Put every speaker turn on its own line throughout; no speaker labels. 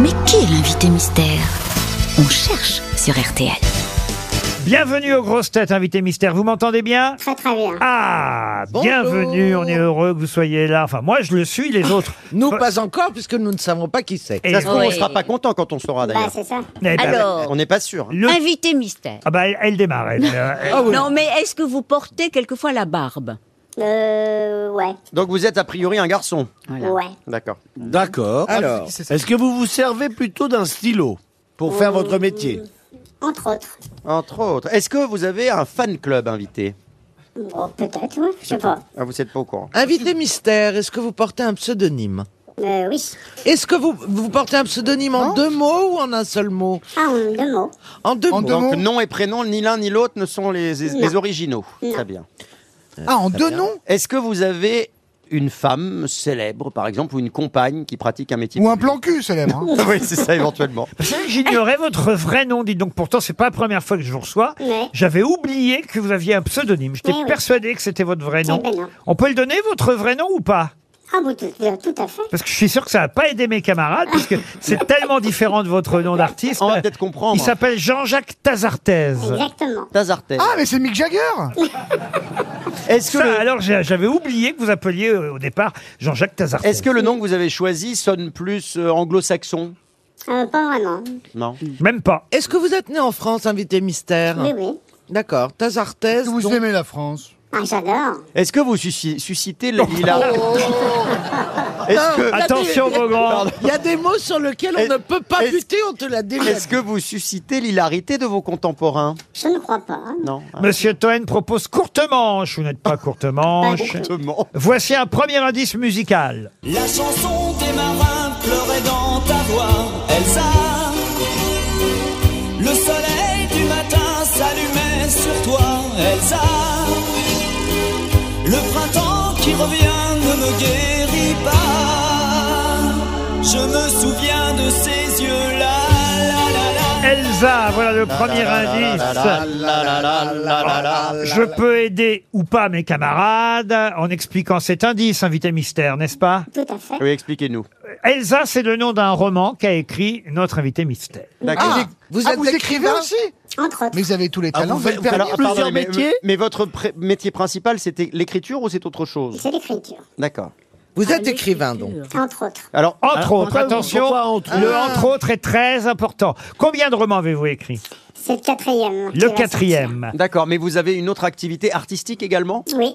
Mais qui est l'invité mystère On cherche sur RTL.
Eh Bienvenue aux grosses têtes, invité mystère. Vous m'entendez bien
Très très bien. Bah,
Ah,
Bonjour.
bienvenue. On est heureux que vous soyez là. Enfin, moi, je le suis. Les autres.
Nous,
Bah-
pas encore, puisque nous ne savons pas qui c'est.
Et-
Ça se trouve, on
Oui.
sera pas content quand on saura
Bah
d'ailleurs.
c'est ça.
eh ben,
Alors,
on n'est pas sûr. hein.
le-
invité mystère.
Ah bah, elle, elle démarre. elle. Euh,
Non, mais est-ce que vous portez quelquefois la barbe
Euh ouais.
Donc vous êtes a priori un garçon.
Voilà.
Ouais.
D'accord.
D'accord.
Alors,
Est-ce que vous vous servez plutôt d'un stylo pour faire votre métier
Euh,
Entre autres.
Entre autres. Est-ce que vous avez un fan club invité
Bon, Oh, peut-être, ouais. Je sais pas.
ah, Vous n'êtes pas au courant.
invité mystère, est-ce que vous portez un pseudonyme
Euh oui.
Est-ce que vous, vous portez un pseudonyme en deux mots ou en un seul mot
Ah, en deux mots.
En deux mots.
Donc nom et prénom, ni l'un ni l'autre ne sont les, les originaux. Très bien.
Ah, en deux noms
Est-ce que vous avez une femme célèbre, par exemple, ou une compagne qui pratique un métier
Ou un
public
plan cul célèbre hein.
Oui, c'est ça éventuellement.
c'est vrai que J'ignorais votre vrai nom, dites donc. Pourtant, c'est pas la première fois que je vous reçois.
Ouais.
J'avais oublié que vous aviez un pseudonyme. J'étais
Eh oui.
persuadé que c'était votre vrai nom.
ben non.
On peut le donner, votre vrai nom ou pas
Ah bon, tout, tout à fait.
Parce que je suis sûr que ça n'a pas aidé mes camarades, puisque c'est tellement différent de votre nom d'artiste.
On va peut-être
Il
comprendre.
s'appelle Jean-Jacques Tazartez.
Exactement.
Tazartel.
Ah, mais c'est Mick Jagger
Est-ce que,
Ça,
le-
alors j'ai- j'avais oublié que vous appeliez euh, au départ Jean-Jacques Tazartel.
est-ce que le nom que vous avez choisi sonne plus euh, anglo-saxon
Euh, pas vraiment.
Non.
Même pas.
Est-ce que vous êtes né en France, invité mystère
Oui, oui.
D'accord. Tazartès.
Est-ce que vous
donc-
aimez la France
Ah, j'adore.
Est-ce que vous susci- suscitez la Est-ce que,
Attention, Beaugrand.
Il y a des mots sur lesquels on
Est-
ne peut pas
est-ce-
buter, on te l'a déjà
est-ce que vous suscitez l'hilarité de vos contemporains
Je ne crois pas. hein.
Non. hein.
Monsieur Toen propose courte manche. Vous n'êtes pas courte manche.
Exactement.
Voici un premier indice musical.
La chanson des marins pleurait dans ta voix, Elsa. Le soleil du matin s'allumait sur toi, Elsa. Le printemps qui revient ne me guérit pas. Je me souviens de ces yeux-là. La, la, la.
Elsa, voilà le premier indice. Je peux aider ou pas mes camarades en expliquant cet indice, invité mystère, n'est-ce pas
Tout à fait.
Oui, expliquez-nous.
Elsa, c'est le nom d'un roman qu'a écrit notre invité mystère.
D'accord.
Ah,
Vous
ah,
êtes
vous écrivez
écrivain
aussi
Entre autres.
Mais vous avez tous
Ah,
les talents.
vous
Ah, vous
faites-
êtes perdu.
Alors, pardonnez, mais,
métiers
mais votre pré- métier principal, c'était l'écriture ou c'est autre chose
C'est l'écriture.
D'accord.
Vous êtes écrivain donc.
Entre autres.
Alors,
Entre
Alors,
autres,
pourquoi-
attention,
pourquoi entre
le entre autres est très important. Combien de romans avez-vous écrit
C'est le quatrième. qui va
Le
sortir.
quatrième.
d'accord, mais vous avez une autre activité artistique également
Oui.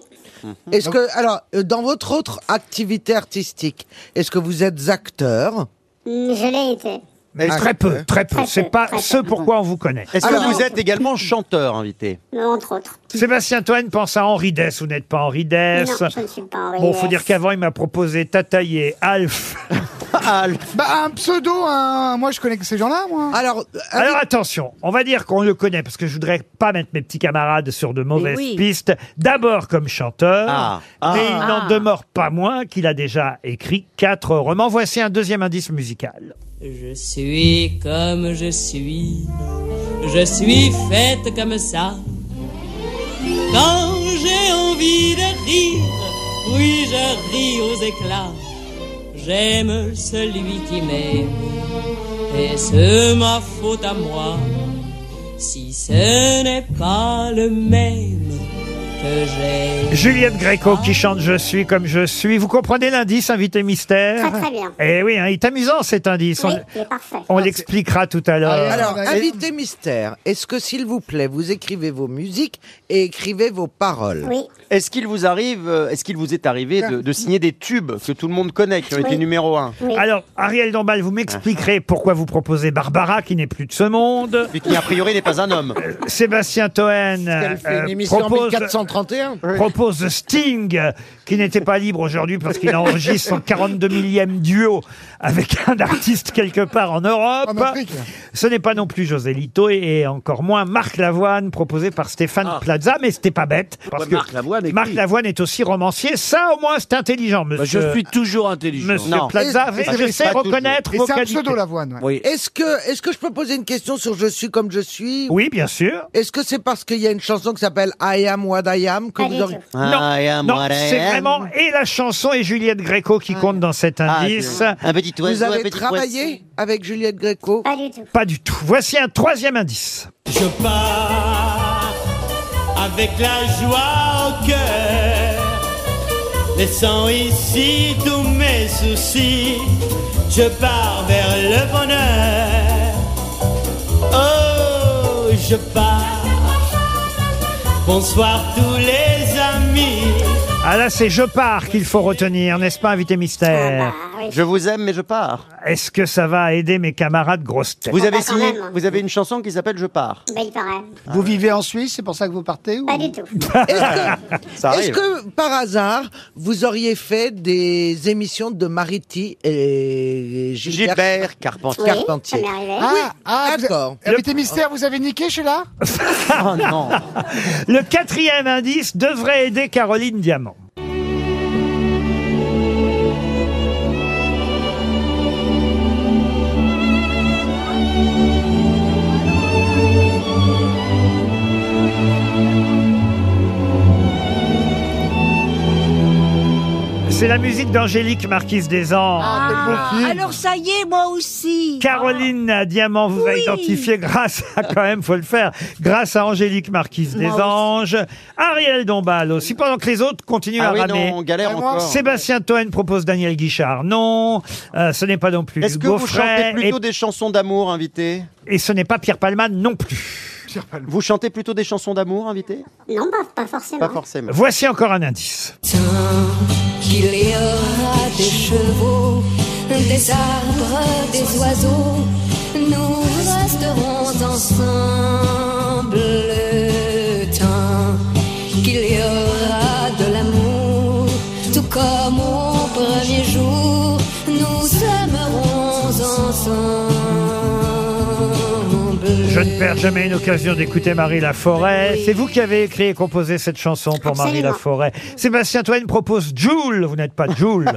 Est-ce que, alors, euh, dans votre autre activité artistique, est-ce que vous êtes acteur
Mm, Je l'ai été.
Est-ce que-
Très peu, très peu.
Très
C'est
peu,
pas
très
ce
peu.
pourquoi on vous connaît.
Ah, est-ce que
Alors-
vous êtes également chanteur invité
Mais Euh, entre autres.
Sébastien Toine pense à Henri Dess. Vous n'êtes pas Henri Dess.
Non, je ne suis pas en E
Bon, faut dire qu'avant, il m'a proposé Tataillé, Alf.
Ah, le-
Bah, un pseudo, un... moi je connais que ces gens-là, moi.
Alors, euh,
Ah
Alors attention, on va dire qu'on le connaît parce que je voudrais pas mettre mes petits camarades sur de mauvaises
Mais oui.
pistes. D'abord comme chanteur,
Ah.
mais il n'en
Ah.
demeure pas moins qu'il a déjà écrit quatre romans. Voici un deuxième indice musical.
Je suis comme je suis, je suis faite comme ça. Quand j'ai envie de rire, oui, je ris aux éclats. J'aime celui qui m'aime, et c'est ma faute à moi. Si ce n'est pas le même que Ah, j'ai.
Juliette Gréco qui chante Je suis comme je suis. Vous comprenez l'indice, invité mystère
Très, très bien.
Eh oui, hein, il est amusant cet indice.
Oui,
On-
il est parfait.
On l'expliquera tout à l'heure.
alors,
euh,
invité mystère, est-ce que, s'il vous plaît, vous écrivez vos musiques et écrivez vos paroles
Oui.
est-ce qu'il vous arrive, euh, est-ce qu'il vous est arrivé de, de signer des tubes que tout le monde connaît, qui ont été
Oui.
numéro un
Oui.
Alors, Ariel Dombal, vous m'expliquerez pourquoi vous proposez Barbara, qui n'est plus de ce monde.
Puis qui a priori n'est pas un homme.
Euh, Sébastien Toen
Elle fait une
euh,
émission en
propose,
1431
propose Sting, euh, qui n'était pas libre aujourd'hui parce qu'il enregistre son 42 millième duo avec un artiste quelque part en
Ah,
Europe.
En Afrique.
Ce n'est pas non plus José Lito et et encore moins Marc Lavoine, proposé par Stéphane Plaza, mais c'était pas bête. Parce
Ah. Ouais,
que
Marc Lavoine écrit.
Marc Lavoine est aussi romancier. Ça, au moins, c'est intelligent,
Bah, Je
monsieur.
suis toujours intelligent.
Monsieur
Non.
Plaza,
Et- et-
je sais
pas toujours.
reconnaître
Et
vos
c'est un
qualités.
pseudo, l'avoine. ouais.
Oui.
Est-ce que, est-ce que je peux poser une question sur Je suis comme je suis
Oui, bien sûr.
Est-ce que c'est parce qu'il y a une chanson qui s'appelle I am what I
I am que
Pas
vous
du
auriez-
tout.
I am
non,
what I
c'est
am.
vraiment et la chanson et Juliette Gréco qui comptent dans cet
Ah,
indice.
c'est- un petit oiseau,
Vous
un
avez
petit
travaillé avec Juliette Gréco
Pas du tout.
Pas du tout. Voici un troisième indice.
Je pars avec la joie au cœur, laissant ici tous mes soucis. Je pars vers le bonheur. Oh, je pars. Bonsoir tous les amis.
Ah là, c'est Je pars qu'il faut retenir, n'est-ce pas, invité
Ah
mystère
bah oui.
Je vous aime, mais je pars.
Est-ce que ça va aider mes camarades grosses têtes
Vous avez
bah, quand
signé,
même.
vous avez une chanson qui s'appelle Je pars.
Bah, il paraît.
Vous vivez en Suisse, c'est pour ça que vous partez ou...
Pas du tout.
Est-ce que,
Ça
est-ce
arrive.
que, par hasard, vous auriez fait des émissions de Mariti et Gilbert,
Gilbert Carpentier.
Oui, ça
Carpentier.
m'est arrivé.
Ah, ah, vous-
D'accord.
Invité mystère, vous avez niqué chez là
Oh non.
Le quatrième indice devrait aider Caroline Diamant. C'est la musique d'Angélique Marquise des Anges.
Ah, Alors ça y est, moi aussi. Ah.
Caroline Diamant vous a
Oui.
identifié grâce à, quand même, faut le faire, grâce à Angélique Marquise des Anges, Ariel Dombal aussi, pendant que les autres continuent
Ah
à
oui,
ramer.
non, on galère
Vraiment,
encore.
Sébastien Toen propose Daniel Guichard. Non, euh, ce n'est pas non plus
Est-ce que
Hugo
vous
Frey
chantez plutôt
et,
des chansons d'amour, invité
et ce n'est pas Pierre Palman non plus.
Vous chantez plutôt des chansons d'amour, invité
Non, pas, pas forcément.
Pas forcément.
Voici encore un indice.
Qu'il y aura des chevaux, des arbres, des oiseaux, nous resterons ensemble le temps. Qu'il y aura de l'amour, tout comme au premier jour, nous aimerons ensemble.
Je ne perds jamais une occasion d'écouter Marie Laforêt. C'est vous qui avez écrit et composé cette chanson pour Marie
Absolument.
Laforêt. Sébastien Toen propose Joule. Vous n'êtes pas Joule.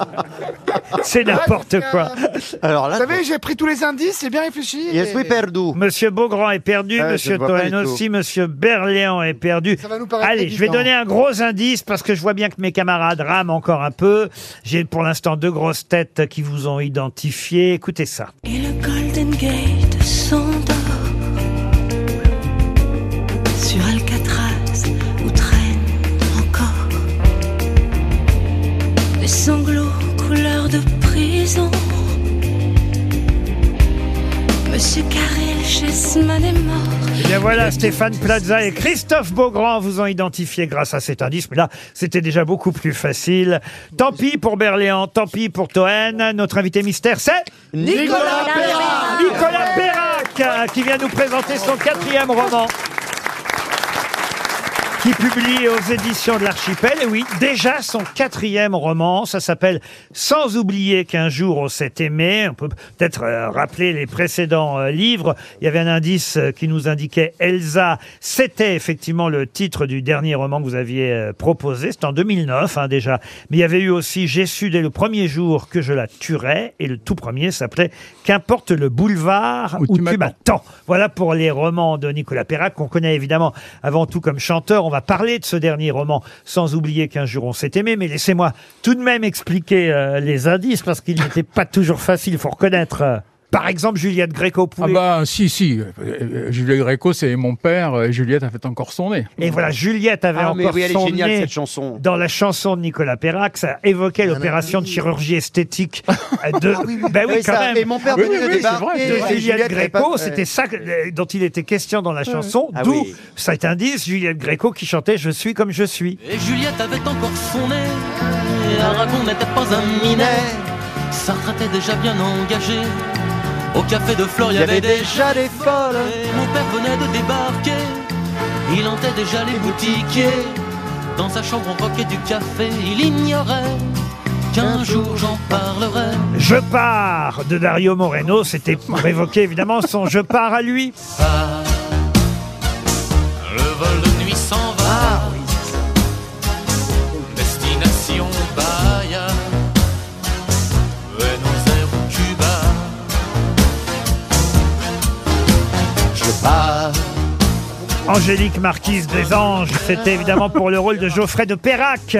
C'est
Oh,
n'importe quoi.
Alors
Vous
là,
savez, j'ai pris tous les indices, j'ai bien réfléchi.
je
et-
suis perdu.
Monsieur Beaugrand est perdu,
Ah, je
Monsieur
ne vois pas
Toen
du tout.
aussi, Monsieur Berléand est perdu.
Ça va nous paraître
Allez, je vais
évident.
donner un gros indice parce que je vois bien que mes camarades rament encore un peu. J'ai pour l'instant deux grosses têtes qui vous ont identifié. Écoutez ça.
Et le Golden Gate s'endort sur Alcatraz où traîne encore des sanglots couleur de prison. Monsieur Carrel Chessman est mort.
Eh bien voilà, Stéphane Plaza et Christophe Beaugrand vous ont identifié grâce à cet indice. Mais là, c'était déjà beaucoup plus facile. Tant pis pour Berléand, tant pis pour Toen. Notre invité mystère, c'est
Nicolas Perrin
Nicolas Perrac, euh, qui vient nous présenter son quatrième roman. Qui publie aux éditions de l'Archipel, et oui, déjà son quatrième roman, ça s'appelle Sans oublier qu'un jour on s'est aimé. On peut peut-être euh, rappeler les précédents euh, livres. Il y avait un indice euh, qui nous indiquait Elsa. C'était effectivement le titre du dernier roman que vous aviez euh, proposé. C'était en 2009 hein, déjà. Mais il y avait eu aussi J'ai su dès le premier jour que je la tuerais, et le tout premier s'appelait Qu'importe le boulevard où, tu m'attends. Voilà pour les romans de Nicolas Perrac qu'on connaît évidemment avant tout comme chanteur. On va parler de ce dernier roman sans oublier qu'un jour on s'est aimé, mais laissez-moi tout de même expliquer euh, les indices parce qu'ils n'étaient pas toujours faciles, il faut reconnaître. euh, par exemple, Juliette Gréco
Ah
Poulet.
bah si, si. Euh, euh, Juliette Gréco, c'est mon père, euh, et Juliette a fait encore son nez.
Et voilà, Juliette avait
Ah, mais
encore
oui, elle est
son
géniale
nez
cette chanson.
Dans la chanson de Nicolas Perrac, ça
Ah
évoquait l'opération de chirurgie esthétique de. Ben oui,
Oui,
quand
ça,
même.
Et mon père
Oui,
venait
oui,
de
oui, c'est vrai,
débarquer.
c'est
de
vrai.
et
Juliette
n'est
Gréco,
pas-
c'était ça que- euh, dont il était question dans la chanson,
Ah
d'où
oui.
cet indice, Juliette Gréco qui chantait Je suis comme je suis.
Et Juliette avait encore son nez. Aragon n'était pas un minet. Sartre était déjà bien engagé. Au café de Flore,
Il y avait déjà des folles.
Et Mon père venait de débarquer. Il hantait déjà les boutiquiers. Dans sa chambre, on roquait du café. Il ignorait qu'un jour j'en parlerai.
Je pars de Dario Moreno, c'était pour évoquer évidemment son Je pars à lui.
Ah, le vol de nuit s'en va. Destination Bahia. Buenos Aires ou Cuba. Je pars.
En Angélique Marquise des Anges, c'était évidemment pour le rôle de Geoffrey de Perrac,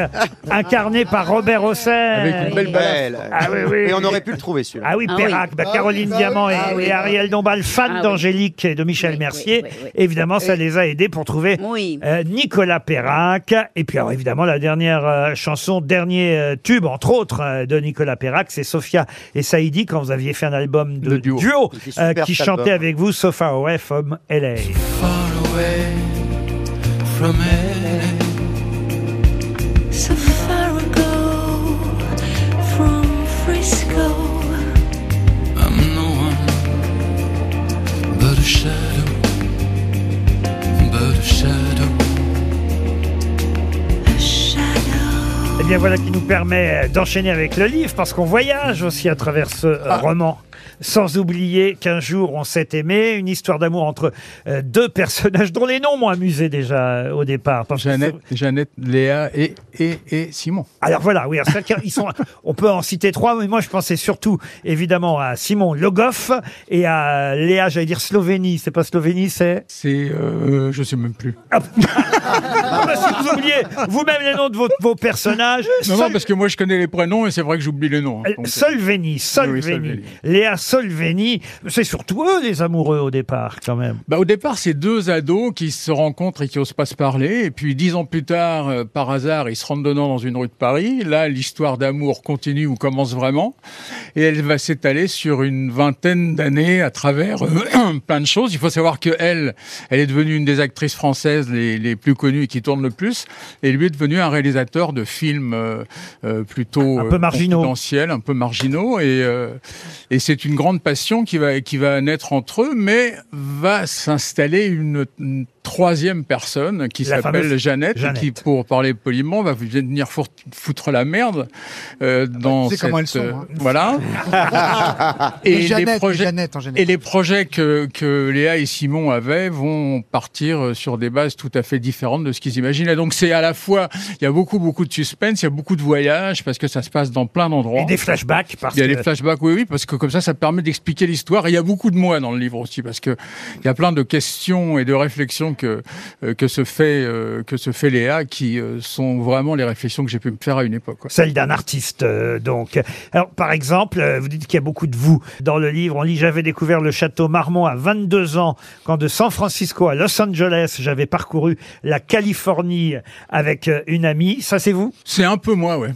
incarné par Robert Hossein.
Avec une Eh, belle balafre.
Ah oui, oui.
Et on aurait pu le trouver, celui-là.
Ah oui,
Ah oui.
Perrac, bah,
Ah
Caroline
oui, bah
Diamant
oui.
et,
Ah oui.
et Ariel Dombal, fan
Ah oui.
d'Angélique et de Michel Mercier. Évidemment, ça les a aidés pour trouver euh, Nicolas Perrac. Et puis, alors, évidemment, la dernière euh, chanson, dernier euh, tube, entre autres, euh, de Nicolas Perrac, c'est Sophia et Saïdi, quand vous aviez fait un album de
Le
duo,
duo.
euh,
Super
qui
cet
chantait
album.
avec vous Sofa OF From LA.
far away from LA.
So far ago from Frisco.
I'm no one but a shadow, but a shadow.
Eh bien voilà qui nous permet euh, d'enchaîner avec le livre parce qu'on voyage aussi à travers ce euh,
Ah.
roman. Sans oublier qu'un jour on s'est aimé, une histoire d'amour entre euh, deux personnages dont les noms m'ont amusé déjà euh, au départ. Parce que
Jeannette, Jeannette, Léa et, et, et Simon.
Alors voilà, oui, alors c'est vrai qu'ils sont, on peut en citer trois, mais moi je pensais surtout évidemment à Simon Logoff et à euh, Léa, j'allais dire Slovénie, c'est pas Slovénie, c'est
C'est, euh, je sais même plus.
Ah bah, si vous oubliez vous-même les noms de vos, vos personnages,
Non,
Sol-
non, parce que moi je connais les prénoms et c'est vrai que j'oublie les noms. hein.
euh.
Donc,
Solveni, Solveni,
Solveni.
Eh, Léa Solveni, c'est surtout eux les amoureux au départ quand même.
Bah, au départ, c'est deux ados qui se rencontrent et qui osent pas se parler. Et puis, dix ans plus tard, euh, par hasard, ils se rendent dedans dans une rue de Paris. Là, l'histoire d'amour continue ou commence vraiment. Et elle va s'étaler sur une vingtaine d'années à travers euh, plein de choses. Il faut savoir que elle, elle est devenue une des actrices françaises les, les plus connues et qui tourne le plus. Et lui est devenu un réalisateur de films euh, euh, plutôt
Un peu
euh,
marginaux.
confidentiels, un peu marginaux. Et, euh, et c'est une grande passion qui va, qui va naître entre eux, mais va s'installer une, une troisième personne qui
La
s'appelle
fameuse
Jeannette,
Jeannette.
qui, pour parler poliment, va venir fout- foutre la merde euh, dans
tu sais comment
cette,
elles sont,
euh,
hein.
Voilà.
Et
les
Jeannette, et
projets-
Jeannette en général.
et les projets que, que Léa et Simon avaient vont partir euh, sur des bases tout à fait différentes de ce qu'ils imaginaient. Donc c'est à la fois, il y a beaucoup, beaucoup de suspense, il y a beaucoup de voyages parce que ça se passe dans plein d'endroits.
Et des flashbacks parce
Il y a
que-
des flashbacks, oui, oui, parce que comme ça, ça permet d'expliquer l'histoire. Et il y a beaucoup de moi dans le livre aussi parce que il y a plein de questions et de réflexions que, euh, que se fait, euh, que se fait Léa qui euh, sont vraiment les réflexions que j'ai pu me faire à une époque. quoi.
Celle d'un artiste, euh, donc. Alors, par exemple, euh, vous dites qu'il y a beaucoup de vous dans le livre. On lit J'avais découvert le château Marmont à 22 ans, quand de San Francisco à Los Angeles, j'avais parcouru la Californie avec euh, une amie. Ça, c'est vous
C'est un peu moi, ouais.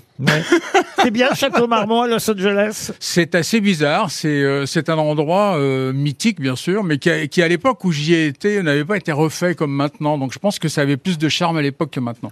C'est bien le château Marmont à Los Angeles
C'est assez bizarre. C'est euh, c'est un endroit euh, mythique, bien sûr, mais qui, a- qui, à l'époque où j'y ai été, n'avait pas été refait comme maintenant. Donc je pense que ça avait plus de charme à l'époque que maintenant.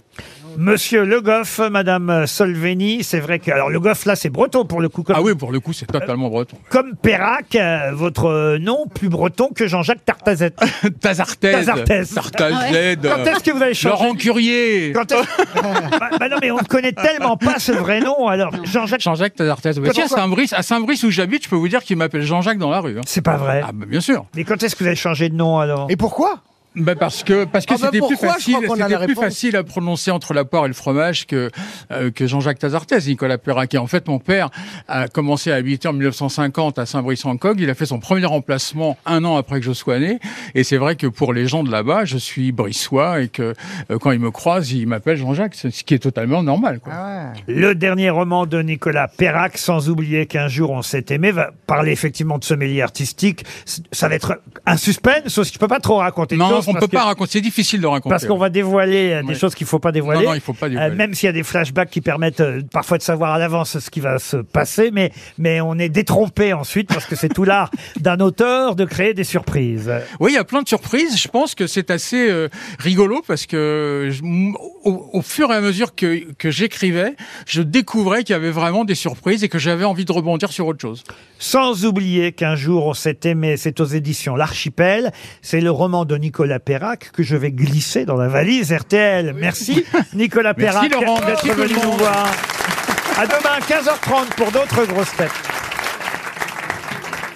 Monsieur Le Goff, Madame Solveni, c'est vrai que. Alors, Le Goff, là, c'est breton pour le coup. Comme,
Ah oui, pour le coup, c'est totalement breton.
comme Perrac, euh, votre euh, nom plus breton que Jean-Jacques Tartazette.
Ah, Tazartez.
Tazartez.
Tartazed,
Quand est-ce que vous avez changé
euh, Laurent Curier.
Quand est-ce- bah, bah non, mais on ne connaît tellement pas ce vrai nom. Alors, Jean-Jacques.
Jean-Jacques Tazartez.
Quand-
Tiens, à Saint-Brice, à Saint-Brice où j'habite, je peux vous dire qu'il m'appelle Jean-Jacques dans la rue. hein.
C'est pas vrai.
Ah bah, bien sûr.
Mais quand est-ce que vous avez changé de nom alors Et
pourquoi bah parce que parce que
Ah bah
c'était plus
pourquoi Je
facile
crois qu'on a
c'était
la
plus
réponse.
facile à prononcer entre la poire et le fromage que euh, que Jean-Jacques Tazartès Nicolas Perrac et en fait mon père a commencé à habiter en 1950 à Saint-Brice-en-Cog il a fait son premier remplacement un an après que je sois né et c'est vrai que pour les gens de là-bas je suis brissois et que euh, quand ils me croisent ils m'appellent Jean-Jacques ce ce qui est totalement normal
Ah
quoi.
Le dernier roman de Nicolas Perrac, sans oublier qu'un jour on s'est aimé, va parler effectivement de ce milieu artistique. C- Ça va être un suspense, sauf que je peux pas trop raconter. de
non
choses
on
parce
peut pas
que-
raconter c'est difficile de raconter
Parce qu'on va dévoiler euh, des
Ouais.
choses qu'il faut pas dévoiler. Euh,
Non, non, il faut pas dévoiler.
même s'il y a des flashbacks qui permettent euh, parfois de savoir à l'avance ce qui va se passer, mais, mais on est détrompé ensuite parce que c'est tout l'art d'un auteur de créer des surprises.
Oui, il y a plein de surprises. Je pense que c'est assez euh, rigolo parce que je- m- au, au fur et à mesure que, que j'écrivais, je découvrais qu'il y avait vraiment des surprises et que j'avais envie de rebondir sur autre chose.
Sans oublier qu'un jour on s'est aimé, c'est aux éditions L'Archipel. C'est le roman de Nicolas Perrac que je vais glisser dans la valise RTL. Merci Nicolas
Merci,
Perrac
Laurent.
d'être
Merci tout le
venu nous
monde.
voir. À demain 15h30 pour d'autres grosses têtes.